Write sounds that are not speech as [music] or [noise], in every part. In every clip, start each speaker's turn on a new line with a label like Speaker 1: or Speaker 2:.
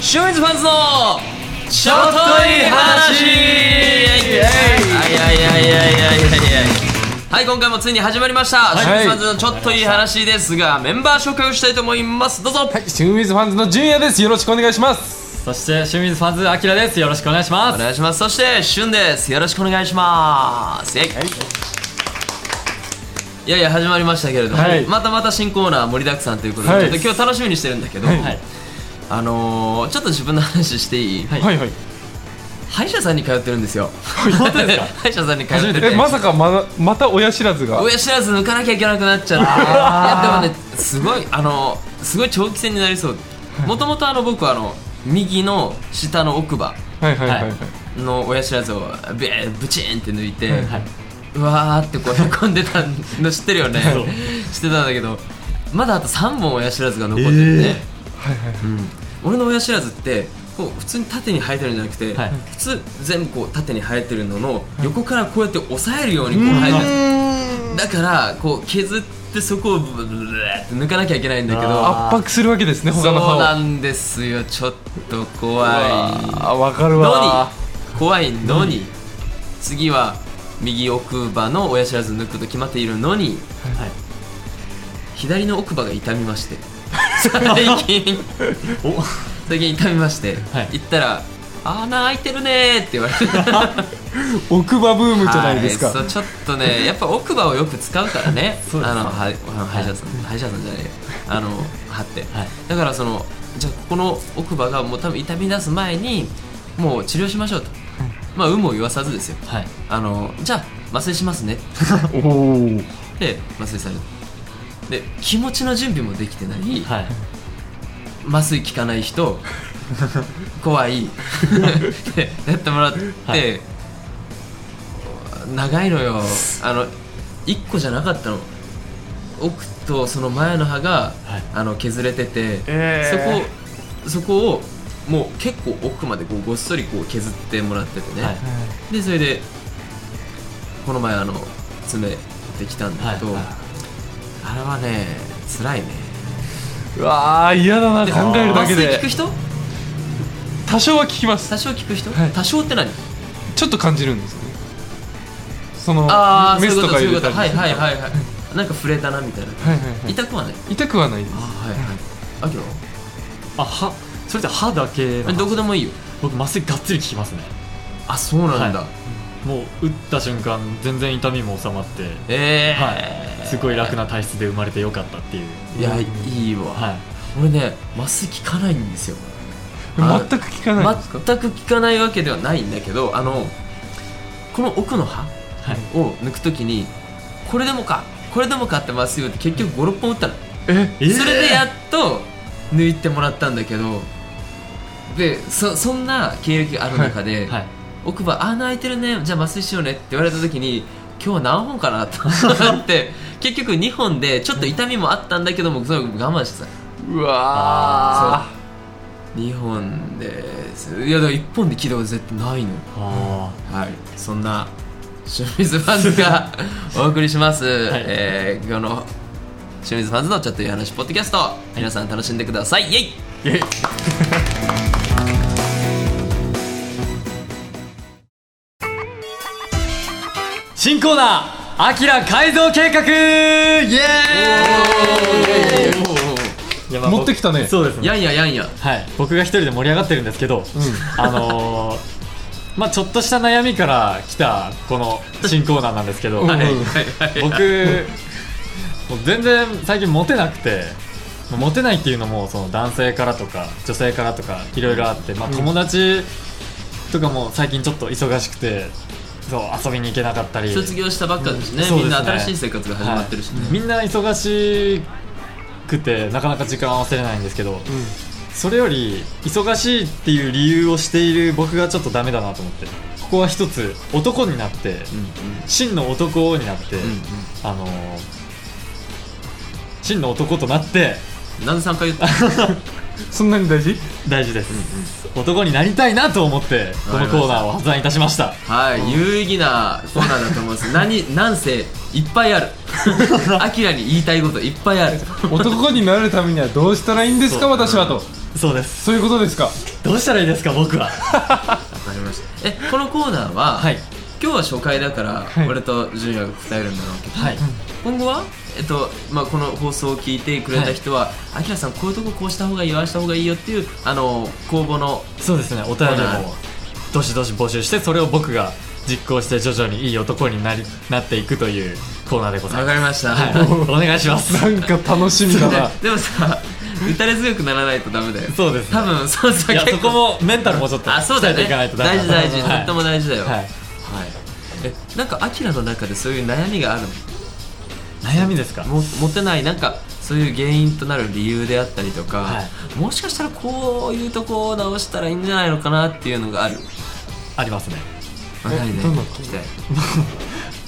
Speaker 1: シューイズファンズのちょっといい話はいはいはいはいはいはいはい今回もついに始まりました、シューイズファンズのちょっといい話ですがメンバー紹介をしたいと思いますどうぞ、
Speaker 2: はい、シューミズファンズのジュンヤです。よろしくお願いします。
Speaker 3: そして、清水ファンズアキラです。よろしくお願いしま
Speaker 1: お
Speaker 3: す。
Speaker 1: 願いしますそしてしゅんですよろしくお願いしますイェイいやいや始まりましたけれども、
Speaker 2: はい
Speaker 1: またまた新コーナー盛りだくさんということで、
Speaker 2: はい
Speaker 1: ちょっと今日楽しみにしてるんだけど、
Speaker 2: はい
Speaker 1: あのー、ちょっと自分の話していい、
Speaker 3: はい
Speaker 2: はいはい。
Speaker 1: 歯医者さんに通ってるんですよ
Speaker 3: 本当ですか
Speaker 1: 歯医者さんに通ってて
Speaker 2: え、まさかままた親知らずが。
Speaker 1: 親知らず抜かなきゃいけなくなっちゃっていやでもねすごいあのすごい長期戦になりそうもともとあの僕はあの右の下の奥歯
Speaker 2: はいはいはいはい
Speaker 3: は。
Speaker 1: の親知らずをビーブチーンって抜いて、
Speaker 2: はいは
Speaker 3: いう
Speaker 1: わーってこうへこんでたの知ってるよね
Speaker 3: そう
Speaker 1: 知ってたんだけどまだあと3本親知らずが残ってて、
Speaker 2: はいはいはい。
Speaker 1: 俺の親知らずってこう普通に縦に生えてるんじゃなくて、
Speaker 3: はい
Speaker 1: 普通全部こう縦に生えてるのの横からこうやって押さえるようにこう生えてるだからこう削ってそこをブルルルルって抜かなきゃいけないんだけど
Speaker 3: あ
Speaker 2: 圧迫するわけですね、
Speaker 1: そ
Speaker 2: 他
Speaker 1: う
Speaker 2: の歯を。
Speaker 1: なんですよちょっと怖い
Speaker 2: あ、わかる
Speaker 1: の
Speaker 2: わ。
Speaker 1: に怖いのに次は右奥歯の親知らず抜くと決まっているのに
Speaker 3: はい。
Speaker 1: 左の奥歯が痛みまして最近
Speaker 3: お、
Speaker 1: 最近痛みまして、
Speaker 3: はい
Speaker 1: 行ったら「穴開いてるね」って言われて
Speaker 2: 奥歯ブームじゃないですか。
Speaker 1: はいそうちょっとねやっぱ奥歯をよく使うからね
Speaker 3: そうです
Speaker 1: あ
Speaker 3: ね
Speaker 1: のはあの歯医者さん歯医者さんじゃないよあの歯って、
Speaker 3: はい
Speaker 1: だからそのじゃあここの奥歯がもう多分痛み出す前にもう治療しましょうと、まあ有無を言わさずですよ
Speaker 3: はい。
Speaker 1: あのじゃあ麻酔しますね
Speaker 2: おお。
Speaker 1: で麻酔されるで気持ちの準備もできてない、
Speaker 3: はい。
Speaker 1: 麻酔効かない人怖
Speaker 3: [laughs]
Speaker 1: いってやってもらって、
Speaker 3: はい
Speaker 1: 長いのよあの1個じゃなかったの奥とその前の歯が、
Speaker 3: はい
Speaker 1: あの削れてて、
Speaker 2: え
Speaker 1: そこそこをもう結構奥までこうごっそりこう削ってもらっててね、
Speaker 3: はい
Speaker 1: でそれでこの前あの爪できたんだけど、
Speaker 3: はい
Speaker 1: あれはね辛いね
Speaker 2: うわあ、嫌だな、
Speaker 1: で
Speaker 2: 考えるだけ
Speaker 1: 麻酔効く
Speaker 2: で。
Speaker 1: 人
Speaker 2: 多少は聞きます。
Speaker 1: 多少効く人、
Speaker 2: はい
Speaker 1: 多少って何
Speaker 2: ちょっと感じるんですよね。その
Speaker 1: ああ、そう
Speaker 2: メ
Speaker 1: い
Speaker 2: ス
Speaker 1: うことと、
Speaker 2: か
Speaker 1: そうい
Speaker 2: 入
Speaker 1: うこ
Speaker 2: れた
Speaker 1: と。
Speaker 2: り。
Speaker 1: はいはい
Speaker 2: はい
Speaker 1: はいはい。なんか触れたなみたいな。
Speaker 2: はいはい。
Speaker 1: 痛くはない。
Speaker 2: 痛くはないです
Speaker 1: あ。はいはい。あきら
Speaker 3: あ、は、それって歯だけ
Speaker 1: どこでもいいよ。
Speaker 3: 僕、麻酔がっつり効きますね。
Speaker 1: あ、そうなんだ
Speaker 3: は。もう、打った瞬間、全然痛みも収まって、
Speaker 1: ええ。
Speaker 3: はい。すごい楽な体質で生まれてよかったっていう。
Speaker 1: いや、いいわ。
Speaker 3: はい。
Speaker 1: 俺ね、麻酔効かないんですよ。あ
Speaker 2: 全く聞かない。
Speaker 1: 全く効かないわけではないんだけど、あの、この奥の歯
Speaker 3: はい。
Speaker 1: を抜くときに、これでもか、これでもかって麻酔を打って結局5、6本打ったの。
Speaker 2: え、
Speaker 3: えー
Speaker 1: それでやっと抜いてもらったんだけど、で、そそんな経歴がある中で、
Speaker 3: はい。
Speaker 1: 奥歯穴開いてるねじゃあ麻酔しようねって言われた時に今日何本かなと思って [laughs] 結局2本でちょっと痛みもあったんだけどもそれを我慢してさ
Speaker 2: うわあ。
Speaker 1: 2本ですいやでも1本で聞いたこと絶対ないの
Speaker 3: あ
Speaker 1: はいそんな清水ファンズ [laughs] がお送りします、
Speaker 3: い
Speaker 1: えー今日の清水ファンズのちょっといい話ポッドキャスト、皆さん楽しんでくださいイエイ
Speaker 3: ーえ、新コーナー、アキラ改造計画イエーイいやまあ
Speaker 2: 持ってきたね
Speaker 3: そうですね
Speaker 1: やんややん [laughs] や
Speaker 3: はい、僕が一人で盛り上がってるんですけど、あのーまあちょっとした悩みから来たこの新コーナーなんですけど、
Speaker 2: うん
Speaker 3: はい
Speaker 1: はい
Speaker 3: 僕もう全然最近モテなくてモテないっていうのもその男性からとか女性からとかいろいろあって、まあ、友達とかも最近ちょっと忙しくてそう遊びに行けなかったり
Speaker 1: 卒業したばっかだしね,、
Speaker 3: うんそうで
Speaker 1: み
Speaker 3: すね
Speaker 1: んな新しい生活が始まってるしね、
Speaker 3: みんな忙しくてなかなか時間を合わせれないんですけど、それより忙しいっていう理由をしている僕がちょっとダメだなと思ってここは一つ男になって、真の男になって、
Speaker 1: うんうん
Speaker 3: あのー真の男となって
Speaker 1: なんで3回言った
Speaker 2: そんなに大事？
Speaker 3: 大事です、男になりたいなと思ってこのコーナーを発案いたしました
Speaker 1: はい、有意義なコーナーだと思い
Speaker 3: [laughs]
Speaker 1: ます。何、なんせ、いっぱいある。アキラに言いたいこといっぱいある。
Speaker 2: 男になるためにはどうしたらいいんですか
Speaker 3: そう
Speaker 2: 私はと
Speaker 3: そうです
Speaker 2: そういうことですか
Speaker 3: どうしたらいいですか僕は
Speaker 1: かりましたえこのコーナーは、
Speaker 3: はい
Speaker 1: 今日は初回だから、
Speaker 2: はい
Speaker 1: 俺と純也が答えるんだろうけど、
Speaker 3: はい
Speaker 1: 今後はえっとまあ、この放送を聞いてくれた人は、あきらさん、こういうとここうした方がいいよ、ああした方がいいよっていう、あの公募の
Speaker 3: そうですねお便りもどしどし募集してそれを僕が実行して徐々にいい男になりなっていくというコーナーでござい
Speaker 1: わ
Speaker 3: ま
Speaker 1: かりました、
Speaker 3: す、はい、お願いします
Speaker 2: なんか楽しみだな
Speaker 1: [laughs] でもさ打たれ強くならないとダメだよ
Speaker 3: そうですね
Speaker 1: 多分 [laughs] そうそ
Speaker 3: いうやそこもメンタルもちょっと
Speaker 1: あそうだ
Speaker 3: 鍛え
Speaker 1: ね
Speaker 3: ていかないとダメ
Speaker 1: 大
Speaker 3: だ
Speaker 1: 事
Speaker 3: な
Speaker 1: 大事、
Speaker 3: はい
Speaker 1: とっても大事だよ
Speaker 3: はい
Speaker 1: はいえなんかアキラの中でそういう悩みがある
Speaker 3: 悩みですか
Speaker 1: のもモテないなんかそういう原因となる理由であったりとか、
Speaker 3: は
Speaker 1: もしかしたらこういうとこを直したらいいんじゃないのかなっていうのがある
Speaker 3: ありますね
Speaker 1: わかるね
Speaker 2: どんな
Speaker 1: 聞きたい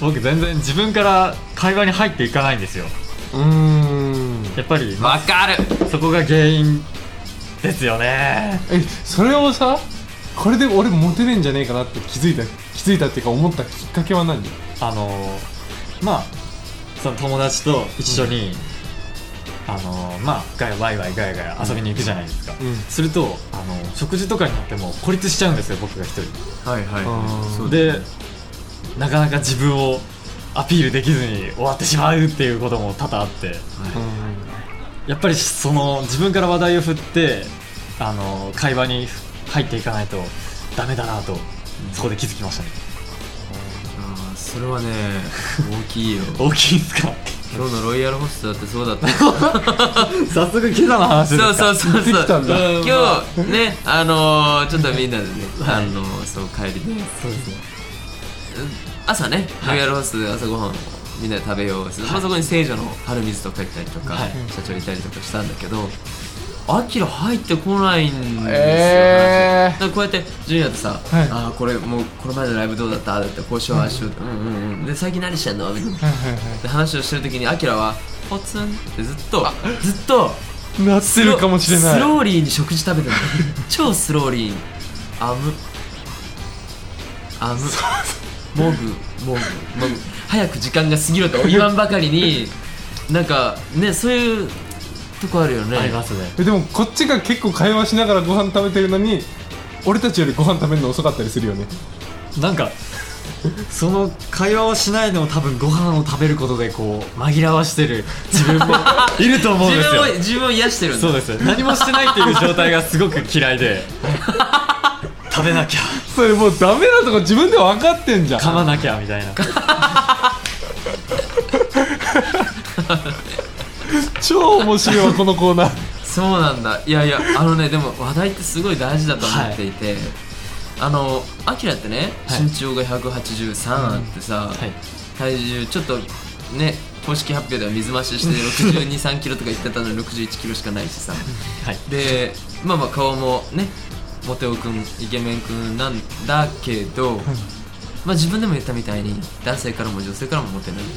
Speaker 3: 僕全然自分から会話に入っていかないんですよ
Speaker 2: うーん
Speaker 3: やっぱり、ま
Speaker 1: わかる
Speaker 3: あ、そこが原因ですよね
Speaker 2: えそれをさこれで俺モテねえんじゃねえかなって気づいた気づいたっていうか思ったきっかけは何
Speaker 3: あのまあその友達と一緒に、あのまあガヤワイワイガヤガヤ遊びに行くじゃないですか、
Speaker 2: うん
Speaker 3: するとあの食事とかになっても孤立しちゃうんですよ僕が一人
Speaker 1: はいはい
Speaker 2: うん
Speaker 1: そう
Speaker 3: でなかなか自分をアピールできずに終わってしまうっていうことも多々あってやっぱりその自分から話題を振ってあの会話に入っていかないとダメだなとそこで気づきましたね
Speaker 1: あーそれはね大
Speaker 3: [laughs]
Speaker 1: きいよ
Speaker 3: 大きいですか
Speaker 1: 今日のロイヤルホストだってそうだった
Speaker 3: 早速今朝の話です
Speaker 1: そ
Speaker 3: か
Speaker 1: うそうそうそう
Speaker 2: 行ってきたんだ
Speaker 1: うん今日ねあのー、ちょっとみんなでね、あのー、そう帰りで
Speaker 3: そうですね
Speaker 1: 朝ねロ
Speaker 3: はい
Speaker 1: イヤルホストで朝ごはんをみんなで食べようする、まあ、そこに聖女の春水とか行ったりとか、
Speaker 3: はい
Speaker 1: 社長いたりとかしたんだけどアキラ入ってこないんですよ、
Speaker 2: えー
Speaker 1: 話がだからこうやってジュニアとさ、
Speaker 2: はい
Speaker 1: ああこれもうこの前のライブどうだっただってこうしようああしようってうんうんうんで最近何してんのみたいな
Speaker 2: はいはい
Speaker 1: で話をしてる時にアキラはポツンってずっとずっと
Speaker 2: はいなってるかもしれない
Speaker 1: スローリーに食事食べてる [laughs] 超スローリーにアムアムモグモグモグ早く時間が過ぎろと言わんばかりになんかねそういうとこあるよね
Speaker 3: ありますね
Speaker 2: えでもこっちが結構会話しながらご飯食べてるのに俺たちよりご飯食べるの遅かったりするよね
Speaker 3: なんかその会話をしないのも多分ご飯を食べることでこう紛らわしてる自分もいると思うんで
Speaker 1: 自
Speaker 3: す
Speaker 1: 分
Speaker 3: よ
Speaker 1: を自分を癒してるんだ
Speaker 3: そうです何もしてないっていう状態がすごく嫌いで食べなきゃ
Speaker 2: それもうダメなとこ自分で分かってんじゃん
Speaker 3: 噛まなきゃみたいな
Speaker 2: 超面白いわこのコーナー
Speaker 1: そうなんだいやいやあのねでも話題ってすごい大事だと思っていて、あのアキラってね、
Speaker 3: はい
Speaker 1: 身長が183あってさ、
Speaker 3: はい
Speaker 1: 体重ちょっとね公式発表では水増しして6 2 3キロとか言ってたのに6 1キロしかないしさ
Speaker 3: はい
Speaker 1: でまあまあ顔もねモテオくんイケメンくんなんだけどまあ自分でも言ったみたいに男性からも女性からもモテない
Speaker 3: はい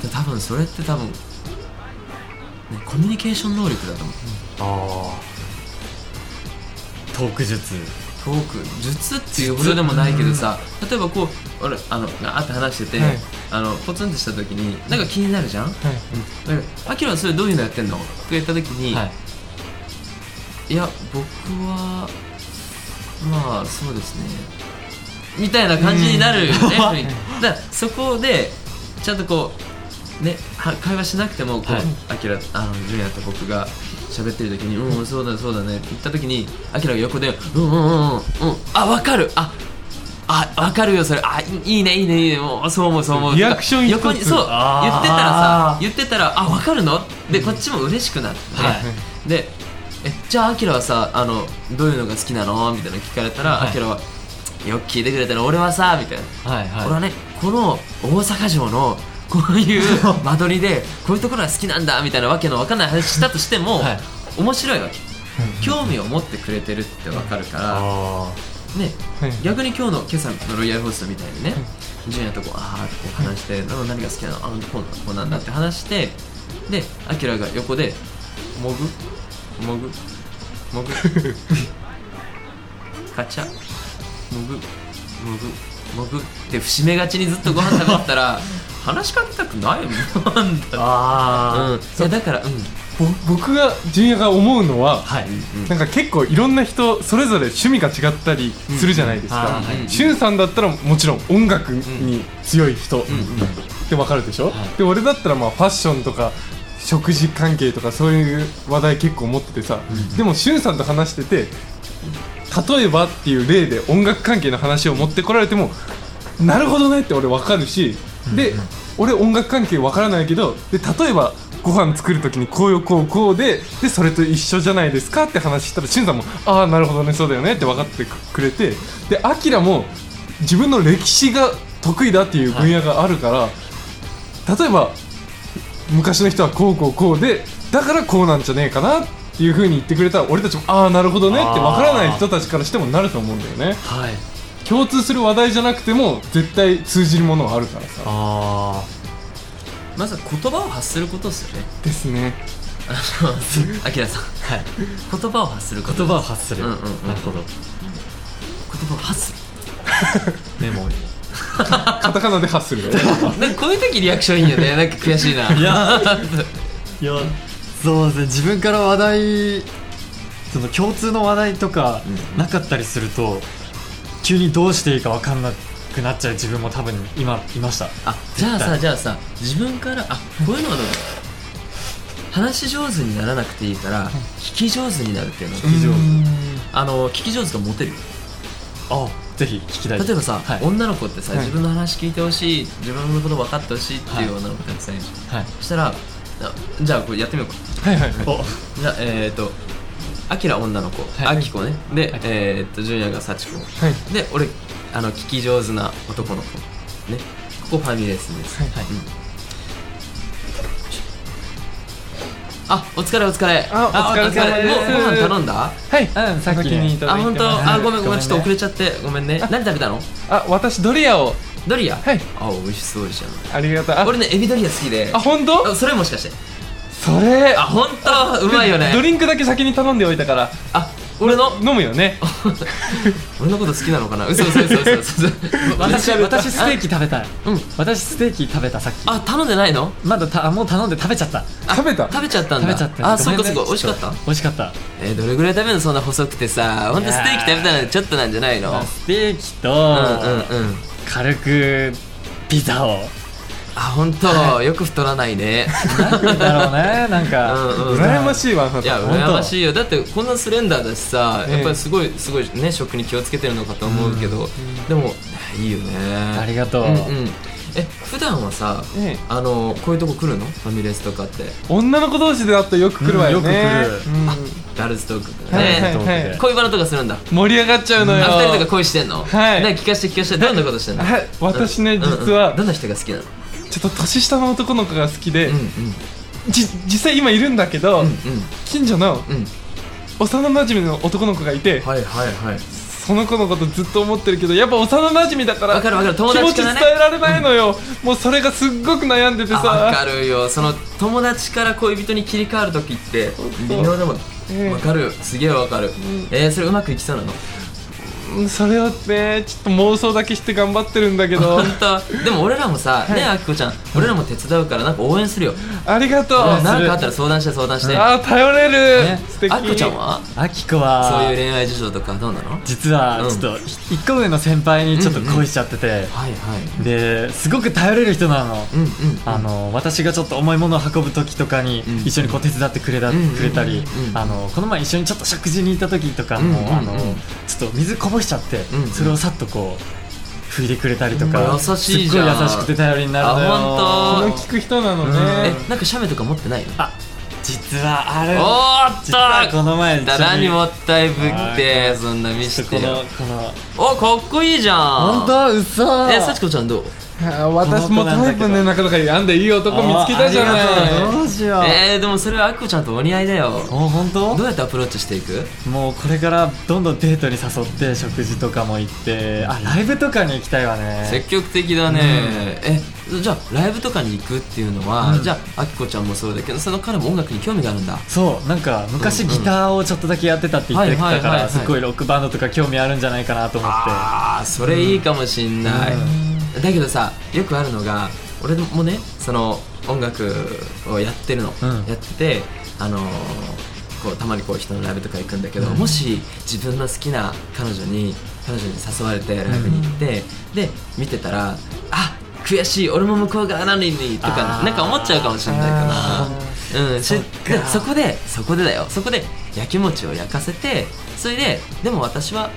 Speaker 1: で多分それって多分、ね、コミュニケーション能力だと思う
Speaker 3: ああトーク術
Speaker 1: トーク術っていうほどでもないけどさ例えばこう俺あのあって話してて、
Speaker 2: はい
Speaker 1: あのポツンってした時になんか気になるじゃんなんか「あきらはそれどういうのやってんの?」って言った時に、
Speaker 3: はい
Speaker 1: い、や僕はまあそうですねみたいな感じになるよね
Speaker 3: うん
Speaker 1: 雰囲気だからそこでちゃんとこうねは会話しなくてもこ
Speaker 3: はいう
Speaker 1: あきらあの純也と僕が喋ってる時に「うんそうだねそうだね」って言った時にあきらが横で「うんうんうんうんうんあわかるああわかるよそれあいいいねいいねいいねもうそう思うそう思う」
Speaker 2: リアクション一つ
Speaker 1: 横にそう
Speaker 3: あー
Speaker 1: 言ってたらさ言ってたら「あ分かるの?」でこっちも嬉しくなって、
Speaker 2: はい
Speaker 1: でえ「じゃあアキラはさあのどういうのが好きなの?」みたいなの聞かれたら
Speaker 3: はい
Speaker 1: アキラは「よく聞いてくれたら俺はさ」みたいな
Speaker 3: はい
Speaker 1: 俺は
Speaker 3: は
Speaker 1: ねこの大阪城のこう
Speaker 2: [laughs]
Speaker 1: いう間取りでこういうところが好きなんだみたいなわけのわかんない話したとしても、
Speaker 3: はい
Speaker 1: 面白いわけ興味を持ってくれてるってわかるから、
Speaker 3: あ
Speaker 1: ね
Speaker 2: はい
Speaker 1: 逆に今日の今朝のロイヤルホストみたいにね純也とこうあーってこう話して、あの何が好きなのあのこうなんだこうなんだって話してでアキラが横で「もぐもぐも
Speaker 3: [laughs]
Speaker 1: ぐカチャもぐもぐもぐ」って節目がちにずっとご飯
Speaker 3: [laughs]
Speaker 1: 食べてたら話しかけたくないもんだ
Speaker 3: ああ
Speaker 1: うん、いやだから、うん、
Speaker 2: ぼ僕がジュニアが思うのは
Speaker 3: はい、
Speaker 2: なんか結構いろんな人それぞれ趣味が違ったりするじゃないです
Speaker 3: あ
Speaker 2: か
Speaker 3: ーはい
Speaker 2: しゅんさんだったらもちろん音楽に強い人ってわかるでしょ、で俺だったらまあファッションとか食事関係とかそういう話題結構持っててさ、でもしゅんさんと話してて例えばっていう例で音楽関係の話を持ってこられてもなるほどねって俺わかるしで俺音楽関係わからないけどで例えばご飯作る時にこうよこうこうででそれと一緒じゃないですかって話したらしゅんさんもああなるほどねそうだよねって分かってくれてであきらも自分の歴史が得意だっていう分野があるから、例えば昔の人はこうこうこうでだからこうなんじゃねえかなっていうふうに言ってくれたら俺たちもああなるほどねって分からない人たちからしてもなると思うんだよね
Speaker 3: はい、
Speaker 2: 共通する話題じゃなくても絶対通じるものはあるからさ
Speaker 3: あ
Speaker 1: まずは言葉を発することです
Speaker 3: [laughs]
Speaker 1: よね
Speaker 2: ですね
Speaker 1: あきらさん
Speaker 3: あはい
Speaker 1: 言葉を発すること
Speaker 3: 言葉を発する、
Speaker 1: うんうんうん
Speaker 3: なるほど
Speaker 1: 言葉を発する
Speaker 3: メモに
Speaker 2: カタカナで発
Speaker 1: [laughs]
Speaker 2: するよ
Speaker 1: なんかこういう時リアクションいいよねなんか悔しいない
Speaker 3: やいやそうですね自分から話題その共通の話題とかなかったりすると急にどうしていいか分かんなくなっちゃう自分も多分今いました
Speaker 1: あじゃあさ
Speaker 3: 絶対
Speaker 1: じゃあさ自分からあこういうのはどうだ話し上手にならなくていいから聞き上手になるっていうの
Speaker 3: 以上
Speaker 1: あの聞き上手がモテるよ
Speaker 3: あぜひ聞きたいです
Speaker 1: 例えばさ、
Speaker 3: はい、
Speaker 1: 女の子ってさ
Speaker 2: はい
Speaker 1: 自分の話聞いてほしい自分のこと分かってほしいっていう女の子たくさんいるじゃん
Speaker 3: はい、
Speaker 1: そしたらあじゃあこれやってみようか
Speaker 2: はいはいはい
Speaker 3: お
Speaker 1: じゃあえっ、ー、とあきら女の子
Speaker 3: はい
Speaker 1: あきこねで、
Speaker 3: はい
Speaker 1: えっ、ー、とジュニアが幸子
Speaker 2: はい
Speaker 1: で俺あの聞き上手な男の子ねここファミレスです、
Speaker 3: はい
Speaker 1: うんあお疲れお疲れ
Speaker 2: あお疲れ
Speaker 1: もうご飯頼んだ
Speaker 2: はい、うん、さっきにいただい
Speaker 1: あ
Speaker 2: て
Speaker 1: 本当
Speaker 2: ます
Speaker 1: あごめんごめんちょっと遅
Speaker 2: ね
Speaker 1: れちゃってごめんね何食べたの
Speaker 2: あ私ドリアを
Speaker 1: ドリア
Speaker 2: はい
Speaker 1: あ美味しそうじゃん
Speaker 2: ありがとうあ
Speaker 1: 俺ねエビドリア好きで
Speaker 2: あ本当
Speaker 1: あそれもしかして
Speaker 2: それ
Speaker 1: あ本当うまいよね
Speaker 2: ドリンクだけ先に頼んでおいたから
Speaker 1: あ俺の
Speaker 2: 飲むよね
Speaker 1: [laughs] 俺のこと好きなのかな嘘嘘嘘嘘嘘嘘
Speaker 3: [laughs]
Speaker 1: [laughs]
Speaker 3: 私私ステーキ食べたい
Speaker 1: うん
Speaker 3: 私ステーキ食べたさっき
Speaker 1: あ頼んでないの
Speaker 3: まだたもう頼んで食べちゃった
Speaker 2: 食べた
Speaker 1: 食べちゃったん
Speaker 3: 食
Speaker 1: だ
Speaker 3: べちゃった
Speaker 1: あそっ
Speaker 3: ご
Speaker 1: か
Speaker 3: め
Speaker 1: そっ
Speaker 3: んね
Speaker 1: か美味しかった
Speaker 3: ちょと美味しかった
Speaker 1: えーどれぐらい食べるのそんな細くてさほんと
Speaker 3: い
Speaker 1: ス
Speaker 3: やー
Speaker 1: テーキ食べたらちょっとなんじゃないのうんうん
Speaker 3: ステーキと、
Speaker 1: うん
Speaker 3: 軽くピザを
Speaker 1: あ本当、よく太らないね
Speaker 3: [laughs] なんだろうねなんか、
Speaker 1: うんうん
Speaker 2: 羨ましいわあない
Speaker 1: や
Speaker 2: た
Speaker 1: 羨ましいよだってこんなスレンダーだしさ、
Speaker 2: ええ
Speaker 1: やっぱりすごいすごいね食に気をつけてるのかと思うけど、でもいいよね
Speaker 3: ありがとう、
Speaker 1: うんうんえ普段はさ、
Speaker 2: ええ
Speaker 1: あのこういうとこ来るのファミレスとかって
Speaker 2: 女の子同士でだったらよく来るわよね
Speaker 3: うんよく来
Speaker 2: うん
Speaker 1: ガールズトークとか
Speaker 2: は
Speaker 1: ね、
Speaker 2: いはい
Speaker 3: トーク
Speaker 2: は
Speaker 3: で
Speaker 2: い
Speaker 1: 恋バナとかするんだ
Speaker 2: 盛り上がっちゃうのよ
Speaker 1: あ二人とか恋してんの
Speaker 2: はい
Speaker 1: ね聞かして聞かしてどんなことしてんの
Speaker 2: はい私ね
Speaker 1: うんうん
Speaker 2: 実は
Speaker 1: どんな人が好きなの
Speaker 2: ちょっと年下の男の子が好きで
Speaker 1: うんうん
Speaker 2: じ実際今いるんだけど
Speaker 1: う
Speaker 2: 近所の
Speaker 1: んうん
Speaker 2: 幼馴染の男の子がいて
Speaker 1: はいはいはい
Speaker 2: その子のことずっと思ってるけどやっぱ幼馴染だから
Speaker 1: わかるわかる友
Speaker 2: 気持
Speaker 1: 達
Speaker 2: ち
Speaker 1: か
Speaker 2: 伝
Speaker 1: らね
Speaker 2: えられないのよもうそれがすっごく悩んでて
Speaker 1: あわ
Speaker 2: さ
Speaker 1: かるよその友達から恋人に切り替わる時って微妙でも
Speaker 2: ええ
Speaker 1: わかるすげえわかるえーそれうまくいきそうなの
Speaker 2: うんそれをねちょっと妄想だけして頑張ってるんだけど
Speaker 1: 本当でも俺らもさねあきこちゃん俺らも手伝うからなんか応援するよ
Speaker 2: ありがとう
Speaker 1: なん
Speaker 2: あ
Speaker 1: かあったら相談して相談してあ
Speaker 2: ー頼れる
Speaker 3: ね
Speaker 2: 素敵
Speaker 1: きこちゃんは
Speaker 3: あきこ
Speaker 1: そう
Speaker 3: は
Speaker 1: いう恋愛事情とかどうなのはい
Speaker 3: 実は
Speaker 1: うん
Speaker 3: ちょっとひ一個上の先輩にちょっと恋しちゃってて、
Speaker 1: はい
Speaker 3: ですごく頼れる人なの、
Speaker 1: うんうん
Speaker 3: あの私がちょっと重いものを運ぶ時とかに
Speaker 1: ん
Speaker 3: 一緒にこう手伝ってくれた,、
Speaker 1: ん
Speaker 3: くれたり、
Speaker 1: うん
Speaker 3: あのこの前一緒にちょっと食事に行った時とか
Speaker 1: うん
Speaker 3: も、
Speaker 1: うんうん
Speaker 3: あのちょっと水こぼしちゃって、
Speaker 1: うんうん
Speaker 3: それをさっとこう拭いてくれたりとか、
Speaker 1: うん優しいじゃん
Speaker 3: すっごい優しくて頼りになるのよ
Speaker 1: あ本当
Speaker 2: 気の利く人なのね
Speaker 1: えなんか写メとか持ってないの
Speaker 3: あ実はある
Speaker 1: おーっ
Speaker 3: 実はことの前
Speaker 1: だらにもったいぶってそんな見
Speaker 3: ち
Speaker 1: し
Speaker 3: ょっと
Speaker 1: て
Speaker 3: この
Speaker 1: よ
Speaker 3: この
Speaker 1: おかっこいいじゃん
Speaker 3: 本当嘘
Speaker 1: え幸子ちゃんどう
Speaker 2: あー私もタイプねなかなか病んでいい男見つけたじゃな
Speaker 3: あありがとう
Speaker 2: い
Speaker 3: どうしよう
Speaker 1: えー、でもそれはあきこちゃんとお似合いだよ
Speaker 3: お本当
Speaker 1: どうやってアプローチしていく
Speaker 3: もうこれからどんどんデートに誘って食事とかも行ってあライブとかに行きたいわね
Speaker 1: 積極的だね、えじゃあライブとかに行くっていうのは、じゃああきこちゃんもそうだけどその彼も音楽に興味があるんだ
Speaker 3: そうなんか昔
Speaker 1: うんうん
Speaker 3: ギターをちょっとだけやってたって言って
Speaker 1: はいは
Speaker 3: た
Speaker 1: い
Speaker 3: か
Speaker 1: はいはい
Speaker 3: らすごいロックバンドとか興味あるんじゃないかなと思って
Speaker 1: あーそれいいかもしんない、だけどさよくあるのが俺もねその音楽をやってるの、
Speaker 3: うん
Speaker 1: やっててあのーこうたまにこう人のライブとか行くんだけど、もし自分の好きな彼女に彼女に誘われてライブに行って、で見てたらあ悔しい俺も向こう側なのにと
Speaker 3: あ
Speaker 1: か
Speaker 3: ー
Speaker 1: なんか思っちゃうかもしれないからうんしでそこでそこでだよそこでやきもちを焼かせてそれででも私は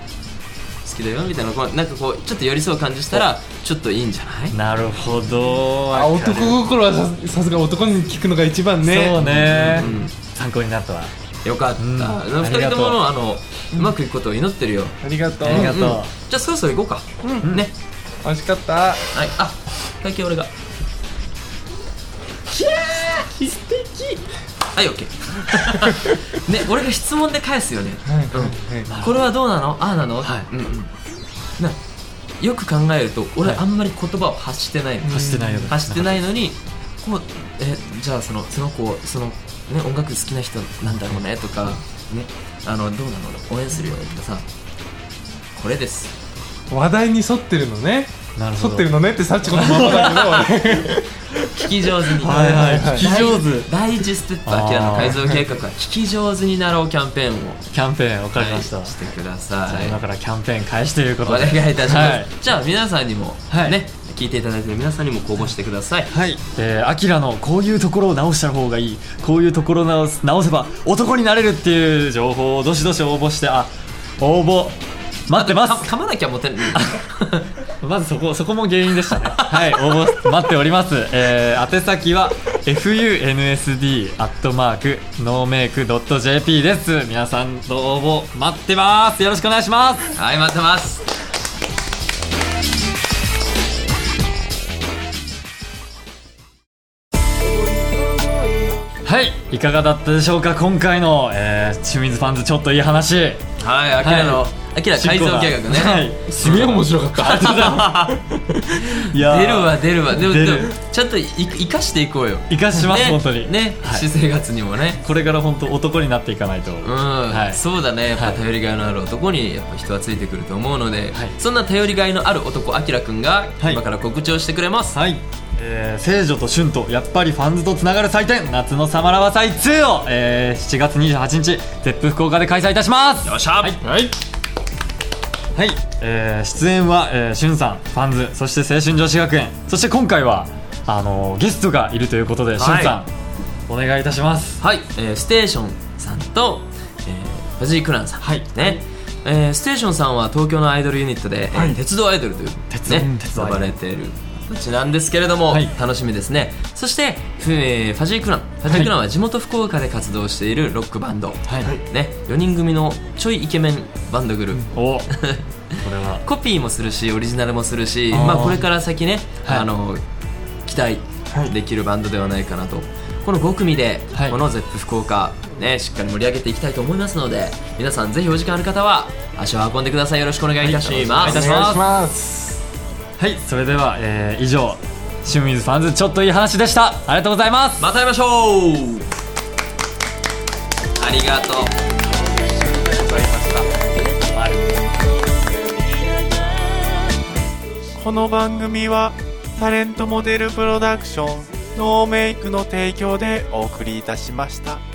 Speaker 1: 好きだよみたいなこうなんかこうちょっと寄り添う感じしたらちょっといいんじゃない
Speaker 3: なるほど
Speaker 2: あ男心はささすが男に聞くのが一番ね
Speaker 3: そうね、
Speaker 1: うん
Speaker 3: 参考になったわ
Speaker 1: よかった、
Speaker 3: うん
Speaker 1: 2
Speaker 3: あり
Speaker 1: 人
Speaker 3: が
Speaker 1: と
Speaker 3: とう
Speaker 1: ものあのうまくいくことを祈ってるよ
Speaker 2: ありがとう
Speaker 3: ありがとう
Speaker 1: じゃあそろそろ行こうか、ね
Speaker 2: 美味しかった
Speaker 1: はいあ会計俺が
Speaker 2: 素敵
Speaker 1: はい OK [laughs] ね俺が質問で返すよね
Speaker 2: はいは
Speaker 1: これはどうなのああなのはい、うんうん、なよく考えると俺
Speaker 3: はい
Speaker 1: あんまり言葉を発してない、
Speaker 3: 走ってないよ
Speaker 1: 発してないいのにこうえじゃあそのその子その、ね、音楽好きな人なんだろうねとか、ね、あのどうなの応援するよとかさこれです
Speaker 2: い話題に沿ってるのね
Speaker 3: なるほ
Speaker 2: 沿
Speaker 3: ど
Speaker 2: ってるのねってサッチコのままだけど俺
Speaker 1: 聞き上手に
Speaker 3: [laughs] はいは
Speaker 2: は
Speaker 3: い
Speaker 2: い
Speaker 3: 聞き上手
Speaker 1: 第一ステップアキラの改造計画は聞き上手になろうキャンペーンを
Speaker 3: キャンペーンわかりました、
Speaker 1: はい
Speaker 3: じ
Speaker 1: してくだ
Speaker 3: ゃ
Speaker 1: さ
Speaker 3: あ
Speaker 1: い
Speaker 3: 今からキャンペーン開始というこ
Speaker 1: お
Speaker 3: とで
Speaker 1: 願いいたします、
Speaker 3: はい
Speaker 1: じゃあ皆さんにも、
Speaker 3: はい
Speaker 1: ね聞いていただいてる皆さんにも公募してください
Speaker 3: はい、えー、アキラのこういうところを直した方がいいこういうところを直す直せば男になれるっていう情報をどしどし応募してあ応募待ってま
Speaker 1: か
Speaker 3: す
Speaker 1: 噛まなきゃモテる
Speaker 3: まずそこそこも原因でしたねはい応募待っております、えー、宛先は funsd アットマークノーメイクドット JP です皆さんの応募待ってますよろしくお願いします
Speaker 1: はい待ってます
Speaker 3: はいいかがだったでしょうか今回の、えー、清水ファンズちょっといい話
Speaker 1: はいアキラの、
Speaker 3: はい
Speaker 1: アキラ改造計画ね、
Speaker 3: はい
Speaker 2: すげえ面白かった
Speaker 3: [laughs] いやー
Speaker 1: 出るわ出るわでも
Speaker 3: 出る
Speaker 1: でもちゃんとい生かしていこうよ
Speaker 3: 生かします、
Speaker 1: ね
Speaker 3: 本当に
Speaker 1: ね、
Speaker 3: はい
Speaker 1: 私生活にもね
Speaker 3: これから本当男になっていかないと、
Speaker 1: うん、
Speaker 3: はい
Speaker 1: そうだねやっぱ
Speaker 3: はい
Speaker 1: 頼りがいのある男にやっぱ人はついてくると思うので、
Speaker 3: はい
Speaker 1: そんな頼りがいのある男あきらくんが
Speaker 3: はい
Speaker 1: 今から告知をしてくれます、
Speaker 3: はい、えー、聖女と春とやっぱりファンズとつながる祭典夏のサマラバ祭2を、えー、7月28日ゼップ福岡で開催いたします
Speaker 1: よっしゃ、
Speaker 3: はい、
Speaker 2: はい
Speaker 3: はいえー、出演は、えー、しゅんさんファンズそして青春女子学園そして今回はあのーゲストがいるということで、しゅんさんお願いいたします
Speaker 1: はい、えーステーションさんと、えー、ファジークランさん、
Speaker 3: はい
Speaker 1: ねえーステーションさんは東京のアイドルユニットで、えー鉄道アイドルという、ね、
Speaker 3: 鉄道鉄道アイ
Speaker 1: 呼
Speaker 3: ド
Speaker 1: ば
Speaker 3: ル
Speaker 1: れているうちなんですけれども、
Speaker 3: はい
Speaker 1: 楽しみですねそしてふ、えーファジークランファジークランは地元福岡で活動しているロックバンド、
Speaker 3: はい、
Speaker 1: ね、4人組のちょいイケメンバンドグループ、
Speaker 3: おこれは
Speaker 1: コピーもするしオリジナルもするし
Speaker 3: あー
Speaker 1: まあ、これから先ね、
Speaker 3: はい
Speaker 1: あの期待できるバンドではないかなと、この5組で、
Speaker 3: はい
Speaker 1: この ZEP 福岡、ね、しっかり盛り上げていきたいと思いますので皆さんぜひお時間ある方は足を運んでくださいよろしくお願いいたします、
Speaker 3: はい
Speaker 2: お願いします
Speaker 3: はいそれでは、えー、以上清水ファンズちょっといい話でしたありがとうございます
Speaker 1: また会いましょうありがとう
Speaker 4: この番組はタレントモデルプロダクションノーメイクの提供でお送りいたしました。